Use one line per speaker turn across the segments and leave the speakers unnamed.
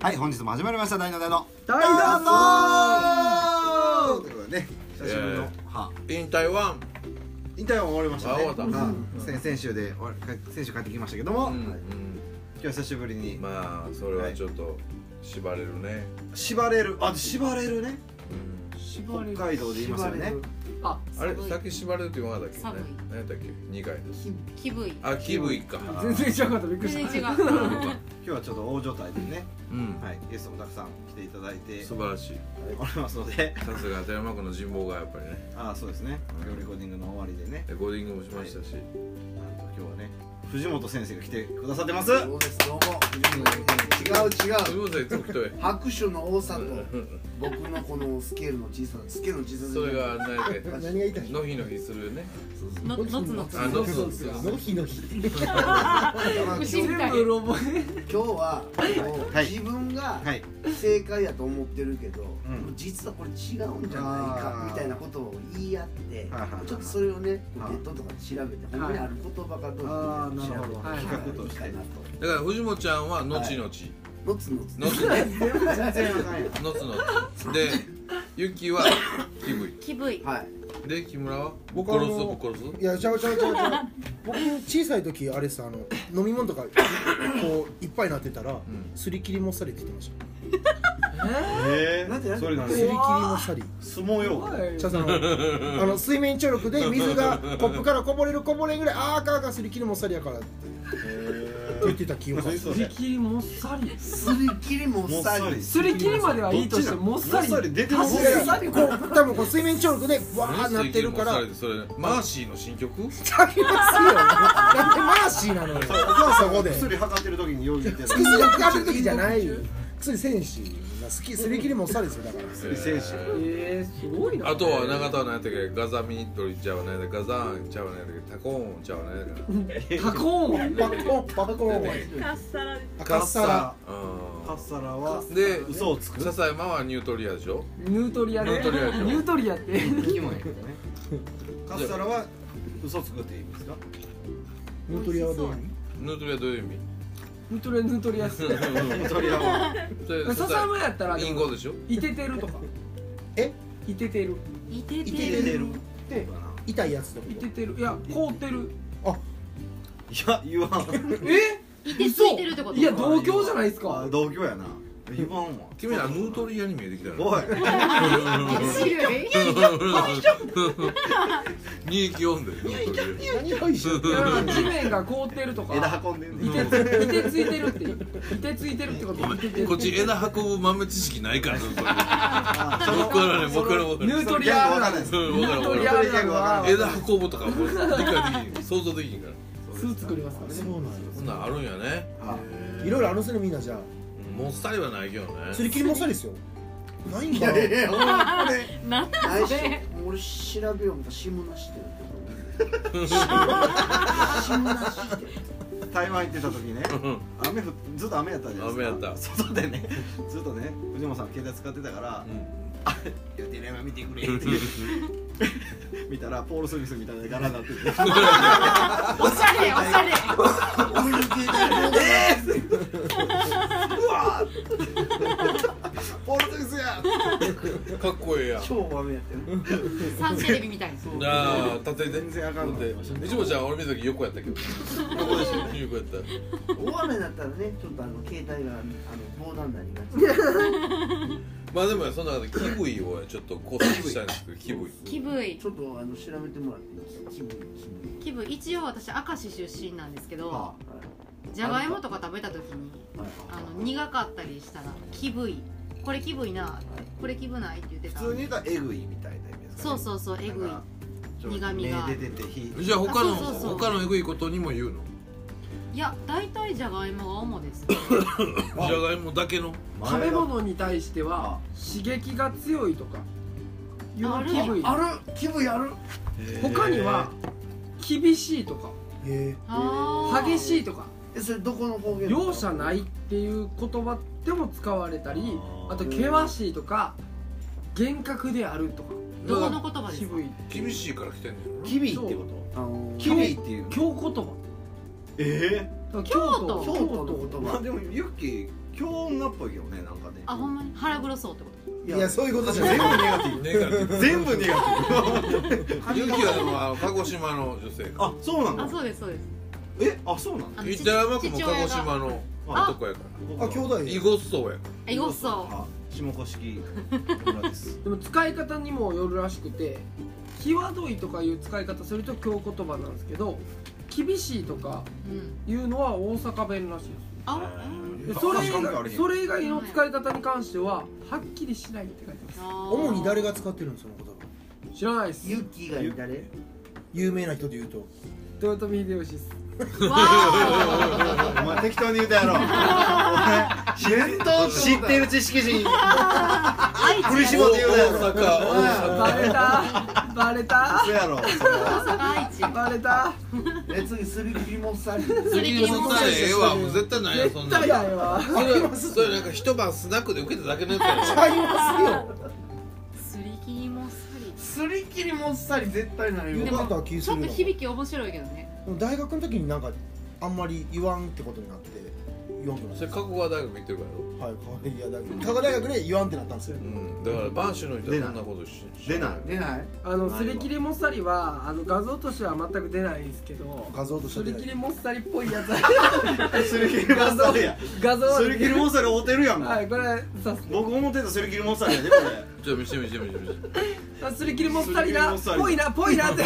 はい本日も始まりました大の大の
大団
ど
の
うということでね久しぶりの、は
引退は
引退は終わりましたね
あ終わった
うん先先週で終わり先週帰ってきましたけども、
うん
はい今日久しぶりに、
まあそれはちょっと縛れるね、
縛れるあ縛れるね北海道で言いますよね
あ、
あれ
寒い
先縛れるって言わなかったっけね
寒い
何やったっけ2回
き気分いい
あキブイか
全然違かったびっくり
全
し
然違
た
う
今日はちょっと大所帯でね、
うん、
はい、ゲストもたくさん来ていただいて
素晴らしい
おりますので
さすが寺山君の人望がやっぱりね
あそうですね料理コーディングの終わりでね
レコーディングもしましたし、
なんと今日はね藤本先生が来てくださってます
そうですどうも違う違
す
う
みません時とえ
拍手の多さと僕のこのスケールの小さなスケールの小ささ
それが何やっ
何
け
が言いたい
のひのひするね
ののつのつ
あのひのひする
の日の日今日
虫みたい
全部覚え
はあの
はい
自分が
はい
正解やと思ってるけど、
ん
実はこれ違うんじゃないか
あー
みたいなことを言い合って
はいはいはい
ちょっとそれをねネ
はい
ットとかで調べて本当にある言葉かどうかみたいのを調べて
あー
なるほ
はい
企画
ど
としていいかなと
だから藤本ちゃんは後々、
はい
の
のつのつ
つの
全然わかんない
つのつでユキはキブイ
気分い い
はい
で木村はぶっ
僕あ
殺
の
すぶっ殺す
いやちゃうちゃうちゃうちゃう僕小さい時あれさあの飲み物とかこういっぱいなってたらすり切りもっさりって言ってました
え
なんてなんて
それなん
すり切りもっさり
相撲用語
じゃあそのあの水面張力で水がコップからこぼれるこぼれんぐらいあーかーかーすり切りもっさりやからって言ってた記憶が
嘘
振り切りもっさり
すり切りもっさり
すり切りまではいいとしてもっさり
もっさり出てます
確
ね
かに
こう多分こう水面張力でわーなってるから
何それマーシーの新曲
ちゃいますよだってマーシーなのよそこで
薬測ってる時によぎってた
薬がかかってる時じゃないよ薬戦士が好きすり切りもっさりですよだから
薬選手
えー、すごいな
あとは永田は何やったっけガザミドリちゃうわ何やったっけガザンちゃうわ何やったっけタコーンちゃうわ何やったっ
タコーン
パコンパコン
かっさら
あ
け
かっさら
うん
カッサラは
で
嘘をつく
笹山はニュートリアでしょ
ヌートリアで
ヌートリアでしょ
ヌートリアって
カッサラは嘘つくって言いますか
ヌートリアはどういう意味
ヌートリアどういう意味
ヌートリアヌートリアっす
ヌートリアは
それ
笹山やったら
インゴでしょ
イテテルとか
え
イテテル
いてて
イケてる
で
痛いやつってこ
イテテルいや凍って
い
る
や言わん
え
いてついてるってこと
いや同郷じゃないですか
同居やな言わんわ
君らヌートリアに見えてきた
おい
種類
二駅読んでヌートリ
と何が一緒
いやなんか地面が凍ってるとか
枝運んでん
い
ね
てついてついてるっていてついてるってこといてて
ア
る
こっち枝運ぶ豆知識ないからずっと僕らね僕らも
ヌートリアあるある
それ
ヌ
わかる
ート
わ
リア
か
あ
る
るあるは
枝運ぶとかもう理解できん想像できんから
巣作りますからね
そうなんよ
そんなんあるんやね
いろいろあるんすねみんなじゃ
もっさりはないけどね
あすり切りもっさりですよないん
い
か
やいやいや俺これ
なんだ
内
そ
緒
れ
俺調べよう思ったシムナシってシムナシって
台湾行ってた時ね
うん
雨ふずっと雨やったじゃないですか
雨やった
外でねずっとね藤本さん携帯使ってたから「予定ないわ見てくれ」って言って見たらポール・スミスみたいな柄になってて
おしゃれおしゃれ
「ポール・スミスや!」
かっこええやん
超雨やったよ
サンテレビみたいな
ああ立てて
全然あかんの
で藤本ちゃん俺見た時横やったけど横でしょ横やった
大雨だったらねちょっとあの携帯があの防弾弾になっちゃう
まあでもそんな中でキウイをちょっと考察したいんですけどキウイ
気分いい
ちょっとあの調べてもらっていいですか気分気分
気分一応私明石出身なんですけど
は
じゃがいもとか食べた時に
あはい
あの苦かったりしたら気分いいこれ気分いいなこれ気分ないって言ってた
普通に言うたらえぐいみたいな意味ですか
そう
ね
そうそうえぐい
なんかちょっと
苦味が
芽出てて火
じゃあ他の
あそうそうそう
他のエグいことにも言うの
いや大体じゃがいもが主です
じゃがいもだけの
食べ物に対しては刺激が強いとかいう
ある
気分
ある気分やる
他には厳しいとか
え
あー
激しいとか
えそれどこの方言
容赦ないっていう言葉でも使われたり
あー
あと険しいとか厳格であるとか
どこの言葉ですか
渋い
厳しいから来てんねん
キビってこと
あの
キビっていう
京言葉
え
だから
京都
京
京都の言
都
えまあ
葉
でもユッキー強女っぽいけどねなんかね
あほんまに腹黒そうってこと
いやそういうことじゃ
全部
ない
ネガティ
ネガティブ
ブ全部ネガティブ
ユキはでもあの鹿児島の女性
あそうなん
あ
だ
そうですそうです
えあそうなんだ
あの
言ったらまくも鹿児島の
あ
男やか
あ兄弟
らイゴッソーやから
あよそ
あ下古式 村です
でも使い方にもよるらしくて際どいとかいう使い方すると京言葉なんですけど厳しいとか
う、うん、
いうのは大阪弁らしいです
あ
え
で
ー
それ以
あ確かにあれ
外
へん
それ以外の使い方に関してははっきりしないって書いてま
主に誰が使
う
ってるんですその言葉
す知らないです
ユッキーがいたれ
有名な人で言うと
豊臣秀吉です
わ
お前適当に言うたや ろお前知知ってる知識人
ー
振
愛
り
知
絞
や
って言うなよ
大阪大阪
バレたバレた
嘘やろそれは
大阪愛知
バレた
え次すり切りもっ さり
それ
そんなんええわもう絶対ないよそん
絶
なん
対だよ
それそれなんか一晩スナックで受けただけのやつや
ありますよ
すり切りもっさり
すり切りもっさり絶対ない
よ
で
よ
か
も
った気
ち
す
ょっ
る
と
な
響き面白いけどね
でも大学の時になんかあんまり言わんってことになって言わんくな
ろ
っ
そ
た
れ加古川大学行ってるからやろ
はい可愛いやだ加賀大学で言わんってなったんですよ
うんだからバンシュの人はそんなことし
出ない
出ない
あのすり切りもっさりはあの画像としては全く出ないんですけど
画像として
す
は出
り
ない
切りもっさりっぽいやつ
すり切りモンスター や
画像は
すり切りモンスターで追うてるやんか、
はいこれさす
僕思ってたすり切りモンスターやでこれ
ちょっと見せて見せて見せて見せて
あすり切りもっさ
す
り
り切り
が
もっさり
ぽいなぽいなって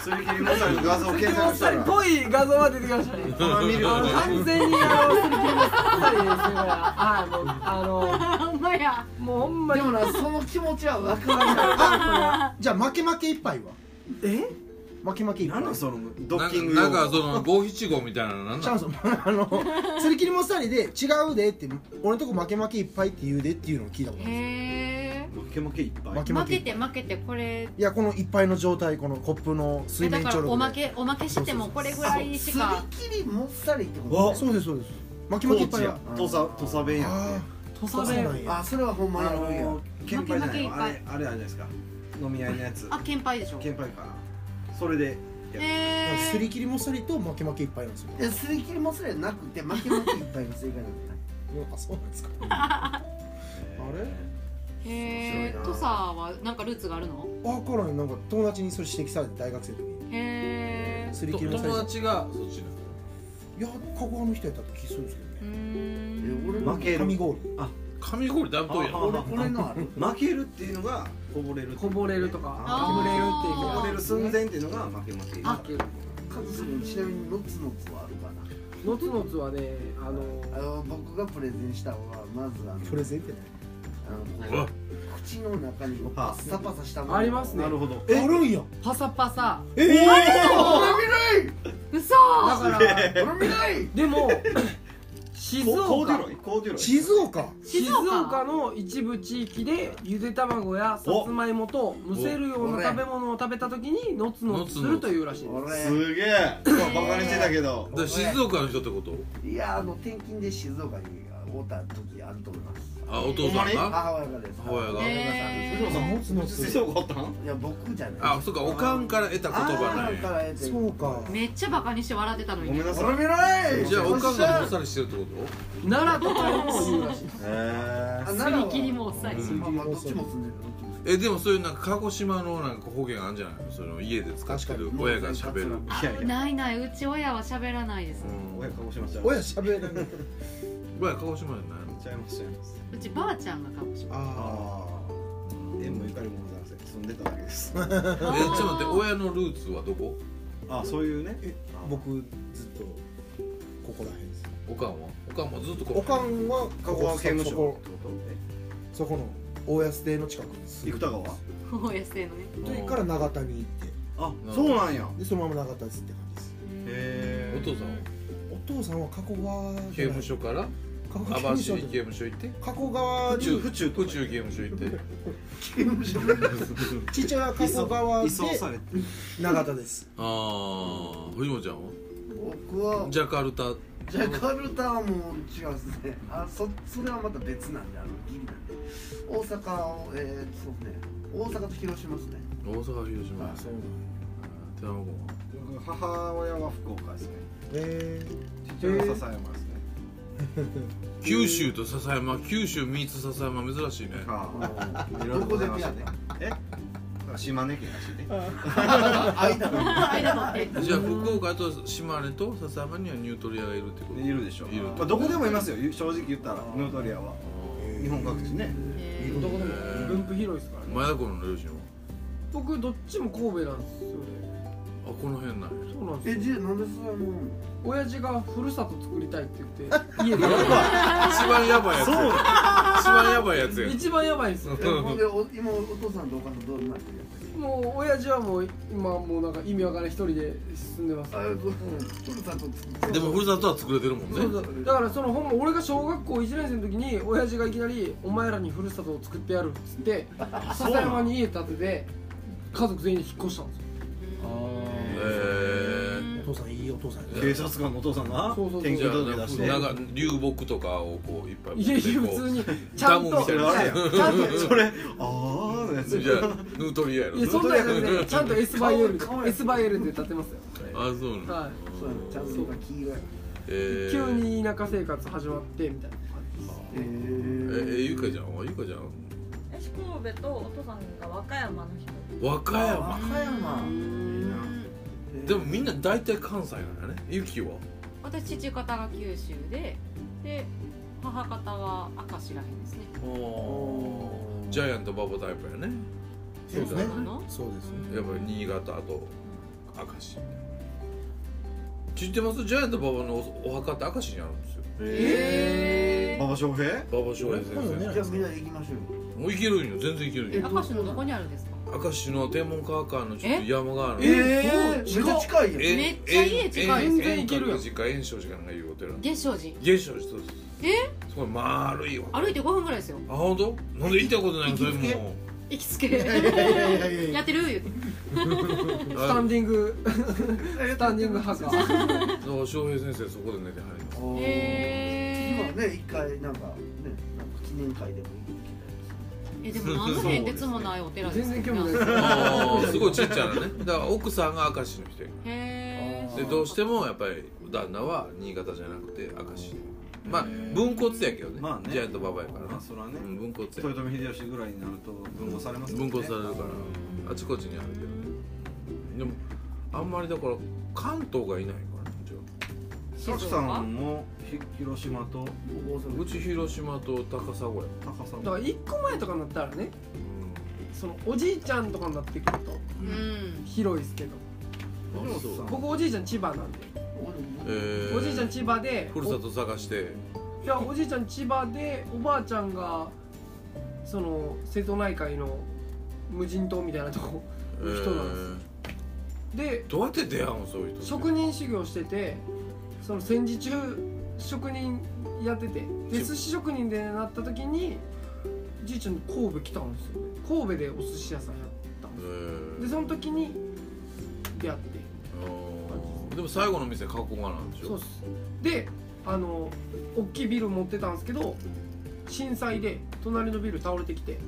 す
すり切りモンスターの画像を
り切
検
り
索
もっ
し
さ
た
りっ
ら
ぽい画像は出てきましたね
この見る
あ
よ
の完全にあのすり切りもっさりですよこれはいもうあ
ほんまや
のもうほんま
で
に
もなその気持ちは分からない
あじゃあ負け負け一杯は
え
負け負け一
何
杯
なんそのドッキング
な
用
んかなんかその五七五みたいなのなん
チ
な
ャ
ん
ンス あのすり切りもっさりで違うでって俺のとこ負け負けいっぱいって言うでっていうのを聞いたことある
へ
負け負けいっぱい
負け
え
負
負
け
けて負けてこれ
いやこのいっぱいの状態このコップの水
えだ
面
か
ち
ら
ょろ
おまけおまけしてもこれぐらいし
すり
か
切りもっさりってこと
そうですそうです負け
コ
負けいっ
ー
ぱ
チ
い
や
は
土佐土佐弁や
あ
土
あそう
佐
なん
弁
あ
や
それはほんまやるんや
憲杯じゃない
負け負けいっ
の
ぱ
あ
い
れあれあれじゃないですか飲み合いのやつ
あ憲杯でしょ
憲杯かなそれで
へ
だから
え
すり切りもっさりと負け負けいっぱいなんですよ
いやすり切りもっさりはなくて負け負けいっぱいの正解なんだ
あそうなんですか
面白いな
へえ土佐はなんかルーツがあるの
あからんなんか友達にそれ指摘されて大学生の時に
へえ
すり
と
切りもっさり
友達がそっち
いや加古川の人やったって気するんですけど
うー
ね
ん
俺
負ける
神ゴール
紙ゴールダンプやん
あ
俺俺のある
負けるっていうのがこぼれる
こぼれるとか
あ
こぼれるって
こ
いう
ぼ
あ
れる寸前っていうのが負け負け
あ
カズ君ちなみにノッツノッツはあるかな
のつのつはねあの
あの僕がプレゼンしたのはまずあの
プレゼンってね
あ
う
の
わ
こう口の中にこうパッサパサしたもの
ありますね
なるほど
あるんや
パサパサ
ええ
嘘
だから
これ見ない
でも静
ココーデュ
岡
ロイコーデュロイ
静岡
静岡の一部地域でゆで卵やさつまいもとむせるような食べ物を食べた時にのつのつするというらしいです
俺
すげえバカにしてたけど
だから静岡の人ってこと
いやあの転勤で静岡におった時あると思います
あお父さんが
母親がです
母親が
へ
藤本さん
持つの
静岡あったん
いや僕じゃない
あそうかおかんから得た言葉なんや
なん
そうか
めっちゃバカにして笑ってたの
ごめ
に
んなさい
俺見ない
じゃあおかんがどっ
が
さりしてるってこと
奈良とかにも言うらしいです
へえ
すり切りもおっさり
まあまあどっちも住んでるどっちも住んで
えでもそういうなんか鹿児島のなんか方言あるんじゃないのその家で使ってる
る
親がしゃべる、う
いやいや
ないないうち親は喋らないです
親
ん、
かもしました
親しゃべらない
親鹿児島じゃないの
ちゃいますちゃいます
うちばあちゃんが鹿児島
あ
ああ縁もゆかりもございません住んでただけです
え
えちょっと待って親のルーツはどこ
あそういうね
あ僕ずっとここら辺です
おかんはおかんもずっとこ
おかんは
加古川刑務
そ
所
こ
ってこと
そこの大安邸の近くです
生田川
大家製のね
というから長田に行って
あそうなんや
でそのまま長田ですって感じです
へ
お 父さんは
お父さんは加古川じゃない
刑務所から
加古
網
川刑
走
務所
刑務所行って
加古川
府中
に
府中と
府
か
中刑務所行って
父親は加古川
移
で
送されて
長田です
ああ藤本ちゃんは
僕は
ジャカルタあ
ジャカルタはもう違うんですねあそそれはまた別なんであのギリなんで大阪をえー、そうね大阪と広島ですね
大阪広島
あ
そうなん
寺山君は
僕母親は福岡ですね
え
父親は笹山ですね
九州と笹山九州三つ笹山珍しいね
あ
いろいろございましたね
え島根県らしいね
間の
間もって
じゃあ福岡と島根と笹山にはニュートリアがいるってこと
いるでしょ
いる
まあ、どこでもいますよゆ正直言ったらヌートリアは日本各地ね
え
どこでも分布広いですからね
前田君の両親は
僕どっちも神戸なんですよね
あこの辺なんや
そうなんです
え
よ
じゃあなんでそれも
親父がふるさと作りたいって言って家で
一番やばいやつや一番やばいやつや
一番やばいんですよ
えほんでお今お父さんとお母さんどうなってるやつ
もう親父はもう今もうなんか意味わからない一人で住んでます
あそうふるさと作って
でもふるさとは作れてるもん
そう
ね
そうだからそのほんま俺が小学校1年生の時に親父がいきなり「お前らにふるさとを作ってやる」っつって笹山に家建てて家族全員で引っ越したんですよ
え
お父さんいいお父さんやね
警察官のお父さんが
そうそうそう
転
ー、じ
勤
ゃ
届出して
あなんか流木とかをこういっぱい持っ
いや
て
いや
こ
普通にちゃ
ダ
ん
ム
と
み
ち
たい
ゃ
なん
あれや
と
それああのやつ
うじゃあヌートリアやろ
いやそんなんやつねちゃんと S バイ L で
かわいい
S バイ L で建てますよ
あそうなん
は
そうやねちゃんと今黄色い
え
い
ー、
急に田舎生活始まってみたいな感じです
え
え
ー
ー、ゆかちゃんはゆかちゃん
私神戸とお父さんが和歌山の人
和歌
和
山
歌山
でもみんな大体関西なんだねゆきは
私父方が九州でで母方は明石らへんですね
ジャイアントババタイプやね
そうですね
そうなの
そうですね
やっぱり新潟と明石知ってますジャイアントババのおお墓って明石にあるんですよ
え馬場翔平
馬場翔平
今度
先
ね
じゃあみんなで行きましょうよ
生もういけるんよ全然いけるん
え
よ
明石のどこにあるんですか
明石の天文科学館のちょっと山がある
えーめっちゃ近いやん
え
めっちゃ家近い
全然いけるや
円
ん
覚寺か円生寺かなんかいうお寺
月照寺
月照寺そうです
え
すごい丸いわあ
歩いて5分ぐらいですよ
本当なんで行ったことないのそれも
行きつけやってる言うて
スタンディングスタンディング墓
そう翔平先生そこで寝てはります
おー今
へー
ね一回なんかねなんか記念会でもいい
えでも何の変哲もないお寺です
全
よね
然興味ないです
あーすごいちっちゃなねだから奥さんが明石の人やか
へ
ら
え
でどうしてもやっぱり旦那は新潟じゃなくて明石まあ分骨やけどね,、
まあね
ジャイアントババやからね
まあそれはね
うん分骨や
豊臣秀吉ぐらいになると分合されますもん
分
ね
骨されるからあちこちにあるけどねでもあんまりだから関東がいないからねじゃ
サクさんもひ広島と
大
あうち広島と高砂や、
高さ
だから1個前とかになったらねそのおじいちゃんとかになってくると
うん
広いですけど
うん、あそう
僕おじいちゃん千葉なんで
えー、
おじいちゃん千葉で
ふるさと探して
おいやおじいちゃん千葉でおばあちゃんがその瀬戸内海の無人島みたいなとこ
え
の人なんですよ
ー
で
どうやって出会うのそういう人
職人修行しててその戦時中職人やっててで寿司職人でなった時にじいちゃん神戸来たんですよね神戸でお寿司屋さんやったん
え
ですよ
ー
でその時に出会って
あーでも最後の店加古川なんでしょ
そうっすであの大きいビル持ってたんですけど震災で隣のビル倒れてきて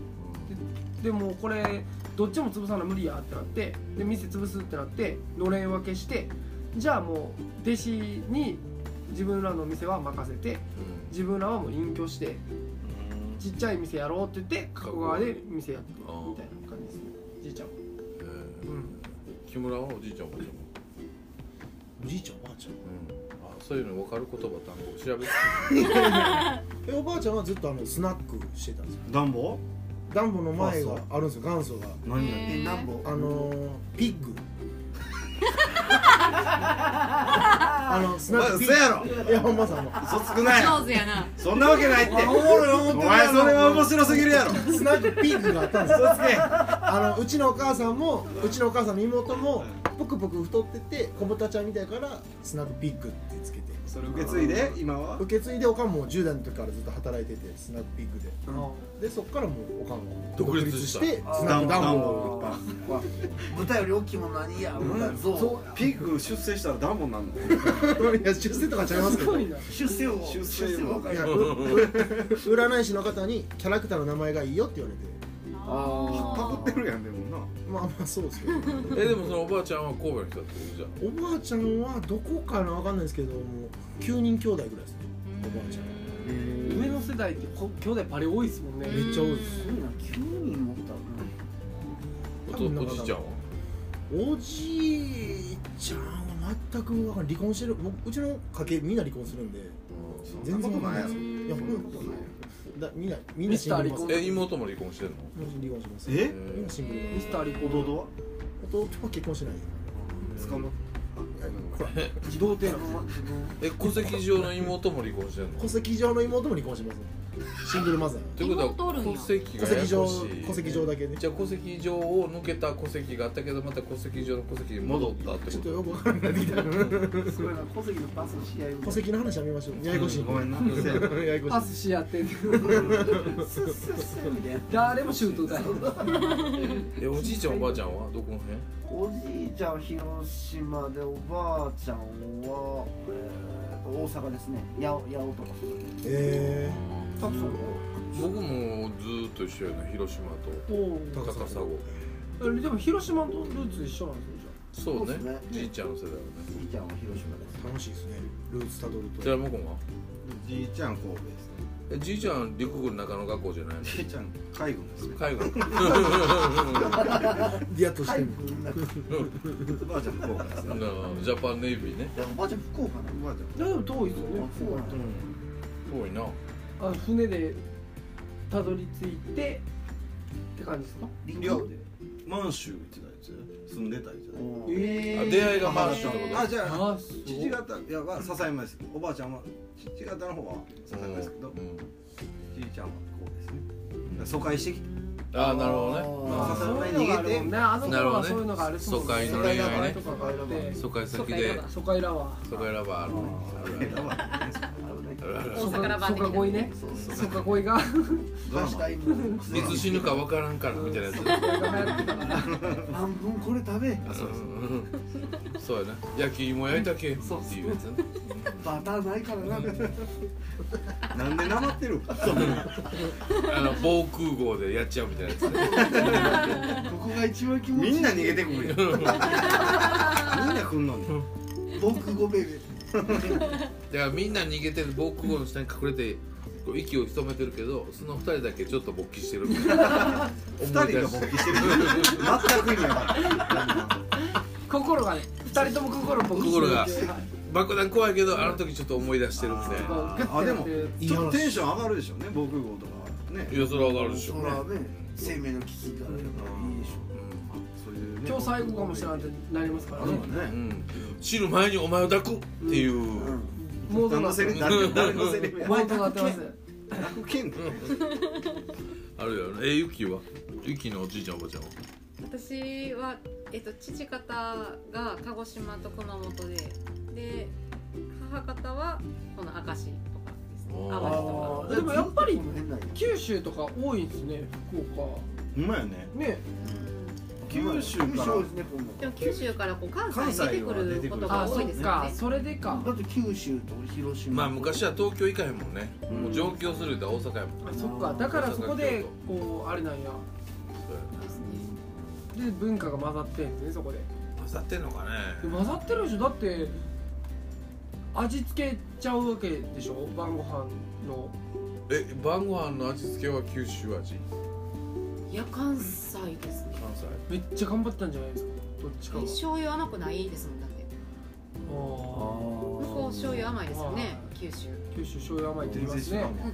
でもうこれどっちも潰さな無理やってなってで店潰すってなってのれん分けしてじゃあもう弟子に自分らの店は任せて
うん
自分らはもう隠居してちっちゃい店やろうって言って加古川で店やってみ
あー
たいな感じですねじいちゃんは
えー
うん
木村はおじいちゃんおばあちゃん、
おじいちゃんおばあちゃん
うん、あそういうの分かる言葉単語調べて
えおばあちゃんはずっとあのスナックしてたんですよ
暖房
ダンボの前
あ
が
そう
あるんですよ元祖が
何々
え何本
あのー、ピッグあのスナックピッグ
お前嘘
いやほんまさんの
嘘つくなよ
上手やな
そんなわけないってお前それは面白すぎるやろ嘘
スナックピークがあったんですよ
つけ
あのうちのお母さんもうちのお母さんの妹も
う
ぷくぷく太ってて小豚ちゃんみたいからスナックピークってつけて
それ受け継いで今は
受け継いでおかんも10代の時からずっと働いててスナックピークで
あ
でそっからもうおかんも
独立した
独立してスナックダンボール
豚より大きいもの何や豚
そ
象
うピーク出世したら暖房なんの
いや出世とかちゃいますけ
す
ど
ご
い
いな
出世を
出世を
を分かる
やうう 占い師の方にキャラクターの名前がいいよって言われて
パ
あ
クってるやんでもな
まあまあそうですけど
えでもそのおばあちゃんは神戸の人だってことじゃん
おばあちゃんはどこかなわかんないですけどもう9人兄弟ぐらいですね
ーう
おばあちゃん
上の世代ってこ兄弟パレ多いですもんね
うん
めっちゃ多いです
そうなん9人持っ た
おとおじいちゃんは
おじいちゃんは全くわかんない離婚してる僕うちの家系みんな離婚するんで
そんなことないやろ
全いや
そんなことないや
だみんなみんなシングルマザー
え妹も離婚してんの
もう離婚します
え
みんなシングルマザー
ミスターリコ
ろ弟は
弟は結婚してない
捕まっ
ほら
自動
で
転
え戸籍上の妹も離婚してんの
戸籍上の妹も離婚してますシングルマザー
ということ
妹お
は
るんや
戸籍
戸
が
籍
やや
上
こしい
戸籍上だけね
じゃあ戸籍上を抜けた戸籍があったけどまた戸籍上の戸籍に戻ったって
ちょっ
ことと
よくわからなくなってきた
すごいな小関のパスの試合を
戸籍の話はやめましょうややこしい
ごめんな
ややこ
パ
しい
スし合って
スッスッスッみたいな
誰もシュートだよ
えおじいちゃんおばあちゃんはどこの辺
おじいちゃん広島でおばあちゃんは、えー、大阪ですね八尾八尾とか
え
多分
僕もずーっと一緒やな広島
おお
ー
と高砂
でも広島とルーツ一緒なんですよじゃ
そう
そう
ね
ですね
じいちゃんの世代はね
おじいちゃんは広島です
楽しいですねルーツたどると
寺山君は
じいちゃん神戸ですね
えじいちゃん陸軍中野学校じゃないの
じいちゃん海軍ですね
海軍
ディアとし
タ
て
イ
も
プになって
おばあちゃん神戸ですね
なジャパンネイビーね
おばあちゃん福岡な
おばあちゃん
あいやでも遠いですよね
そうなんだ
うん多いな
あ船でたどり着いてって感じですか
陸
寮
上で
満州ってたやつ住んでたやつ
おー
え
あ出会いがマンションってこと
あじゃあ
あすごい
父方いやは篠山ですおばあちゃんは父方の方は篠山ですけど
うん
じいちゃんはこうですねだから疎開してきて
ああなるほどね
ま
あ
あ
そういうのがあるもんねあの頃はそういうのがあるそう
疎開
の
の恋
恋
愛
愛
ね
とかがあって
疎開先で
疎開らは
疎開ラバーあるね
あるね
あるある
大阪ラバー的な
そうか恋ね
そうそう
疎開恋が
ドラ
昔タイム
マ
いつ死ぬか分からんからみたいなやつ
半分これ食べ
うんそうやね焼き芋焼いたけっていうやつね
バターないからな
なんでなまってるん
あの防空壕でやっちゃうみたいなやつね
ここが一番気持ちい
み
い
んな逃げてくるやんみんな来んのに
僕ごめんね
だからみんな逃げてる防空壕の下に隠れてこう息を潜めてるけどその二人だけちょっと勃起してるみたいな
二人が勃起してる全く意味わからん
心がね二人とも心僕
心が爆弾怖いけどあの時ちょっと思い出してるみたいな
あでもちょっとテンション上がるでしょうね防空壕とかね
いやそれ上がるでしょ
そらね生命の危機があればいいでしょ
そういうね
今日最後かもしれないってなりますから
あそう
ね
だね
うん知る前にお前を抱くっていう、
うん
モード
誰
にな
のセ
ってる
リフ誰誰のセリフや
モードになってます
楽剣って
あるよねえゆきはゆきのおじいちゃんおばあちゃんは
私は、えっと、父方が鹿児島と熊本でで母方はこの明石とかですね
おー
淡路と
でもやっぱり
この辺なんや
九州とか多いですね福岡
ほんまやね
ね
九州から
九州ですね今度
でも九州からこう関西に出てくること
あ
が
そ
多
っ
いですよ
か
ね
それでか
だって九州と広島
まあ昔は東京行かへんもんね、もう上京するって大阪やもん
あそっかだからそこでこうあれなんや
そうや
ですね
で文化が混ざってんですねそこで
混ざってんのかね
で混ざってるでしょだって味付けちゃうわけでしょ晩ご飯の
え晩ご飯の味付けは九州味
いや関西ですね
関西
めっちゃ頑張ったんじゃないですかどっちかが
醤油甘くないですもんだって向こう醤油甘いですよね
あ
九州
あー九州醤油甘いって言
全
いま
然
す
知ら
ね
んわ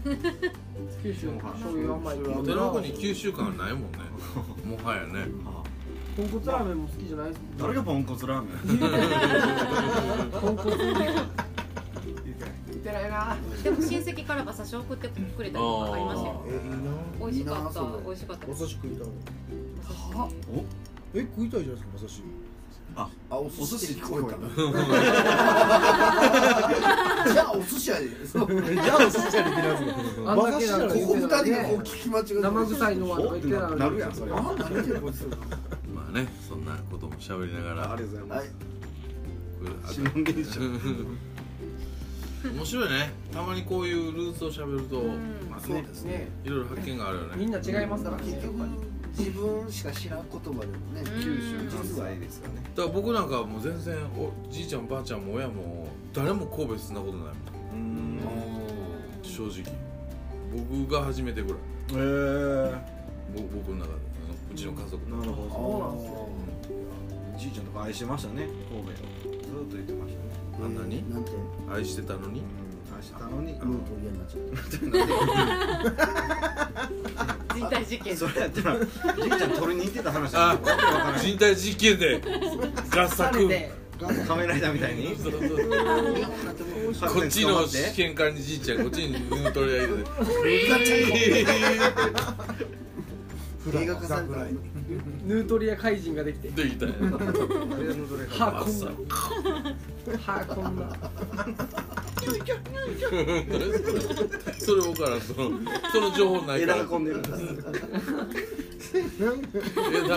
九州醤油甘いって
お
言う
寺
な
奥に九州感はないもんねもはやね
あ
豚骨ラーメンも好きじゃないです
誰がポンコツラーメン
豚骨
言うてない
言ってないな
でも親戚から馬刺し送ってくれたりとかありましたよ
えいいな
か美味しかった
いいなそれ
美味しかった
馬
馬
刺
刺
し食いたい
し
お
え食いたいじゃないですか馬刺し
あお
お
寿
寿司
司
聞
聞
こ
こ
え
えたじゃあお寿司やでそうこ
じゃあお寿司じゃできないです
あんだけなら
こ二人がこう聞き間違えて
生臭いのはと
お
か
っ
言っててないの
な
に
なるやんそれは
あ何言ってるこいつ
まあねそんなことも喋りなが
あ
ら
りがとうございま
はい
す
こ
指紋現象
れ面白いねたまにこういうルーツを喋ると
うん
まあ
そう
ね
ですね
ね
いろいろ発見があるよ
み
ね
んな違いますからね
結局自分しか知らん言葉でもね
うん
九州関西ですかね
だから僕なんかはもう全然おじいちゃんばあちゃんも親も誰も神戸住んだことないもん
うん
正直僕が初めてぐらい
えー、
ぼ僕の中であのうちの家族の
なる
そう
ほ
なんですよ
どいやじいちゃんとか愛してましたね神戸をずっと言ってましたね
あんなに
なんて
愛してたのに
うん愛してたのに
ルート嫌になっちゃう
人体事件
それやったらじいちゃん取りに行ってた話
あ
わけわからない
人体実験で合
さ
作
れて
仮面ライダーみたいに
そうそうそう こっちの試験管にじいちゃんこっちにうん取り上げて
映画化されたらいいのに
ヌートリア怪人ができて
で言ったんやな
あれのどれか
はあこん
朝
なはあこんな
それ僕からそのその情報ないから
枝が混んでる
枝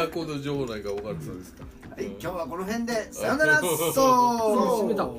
コード情報ないから分かるそうですか
はい今日はこの辺でさよならそう
そう締めた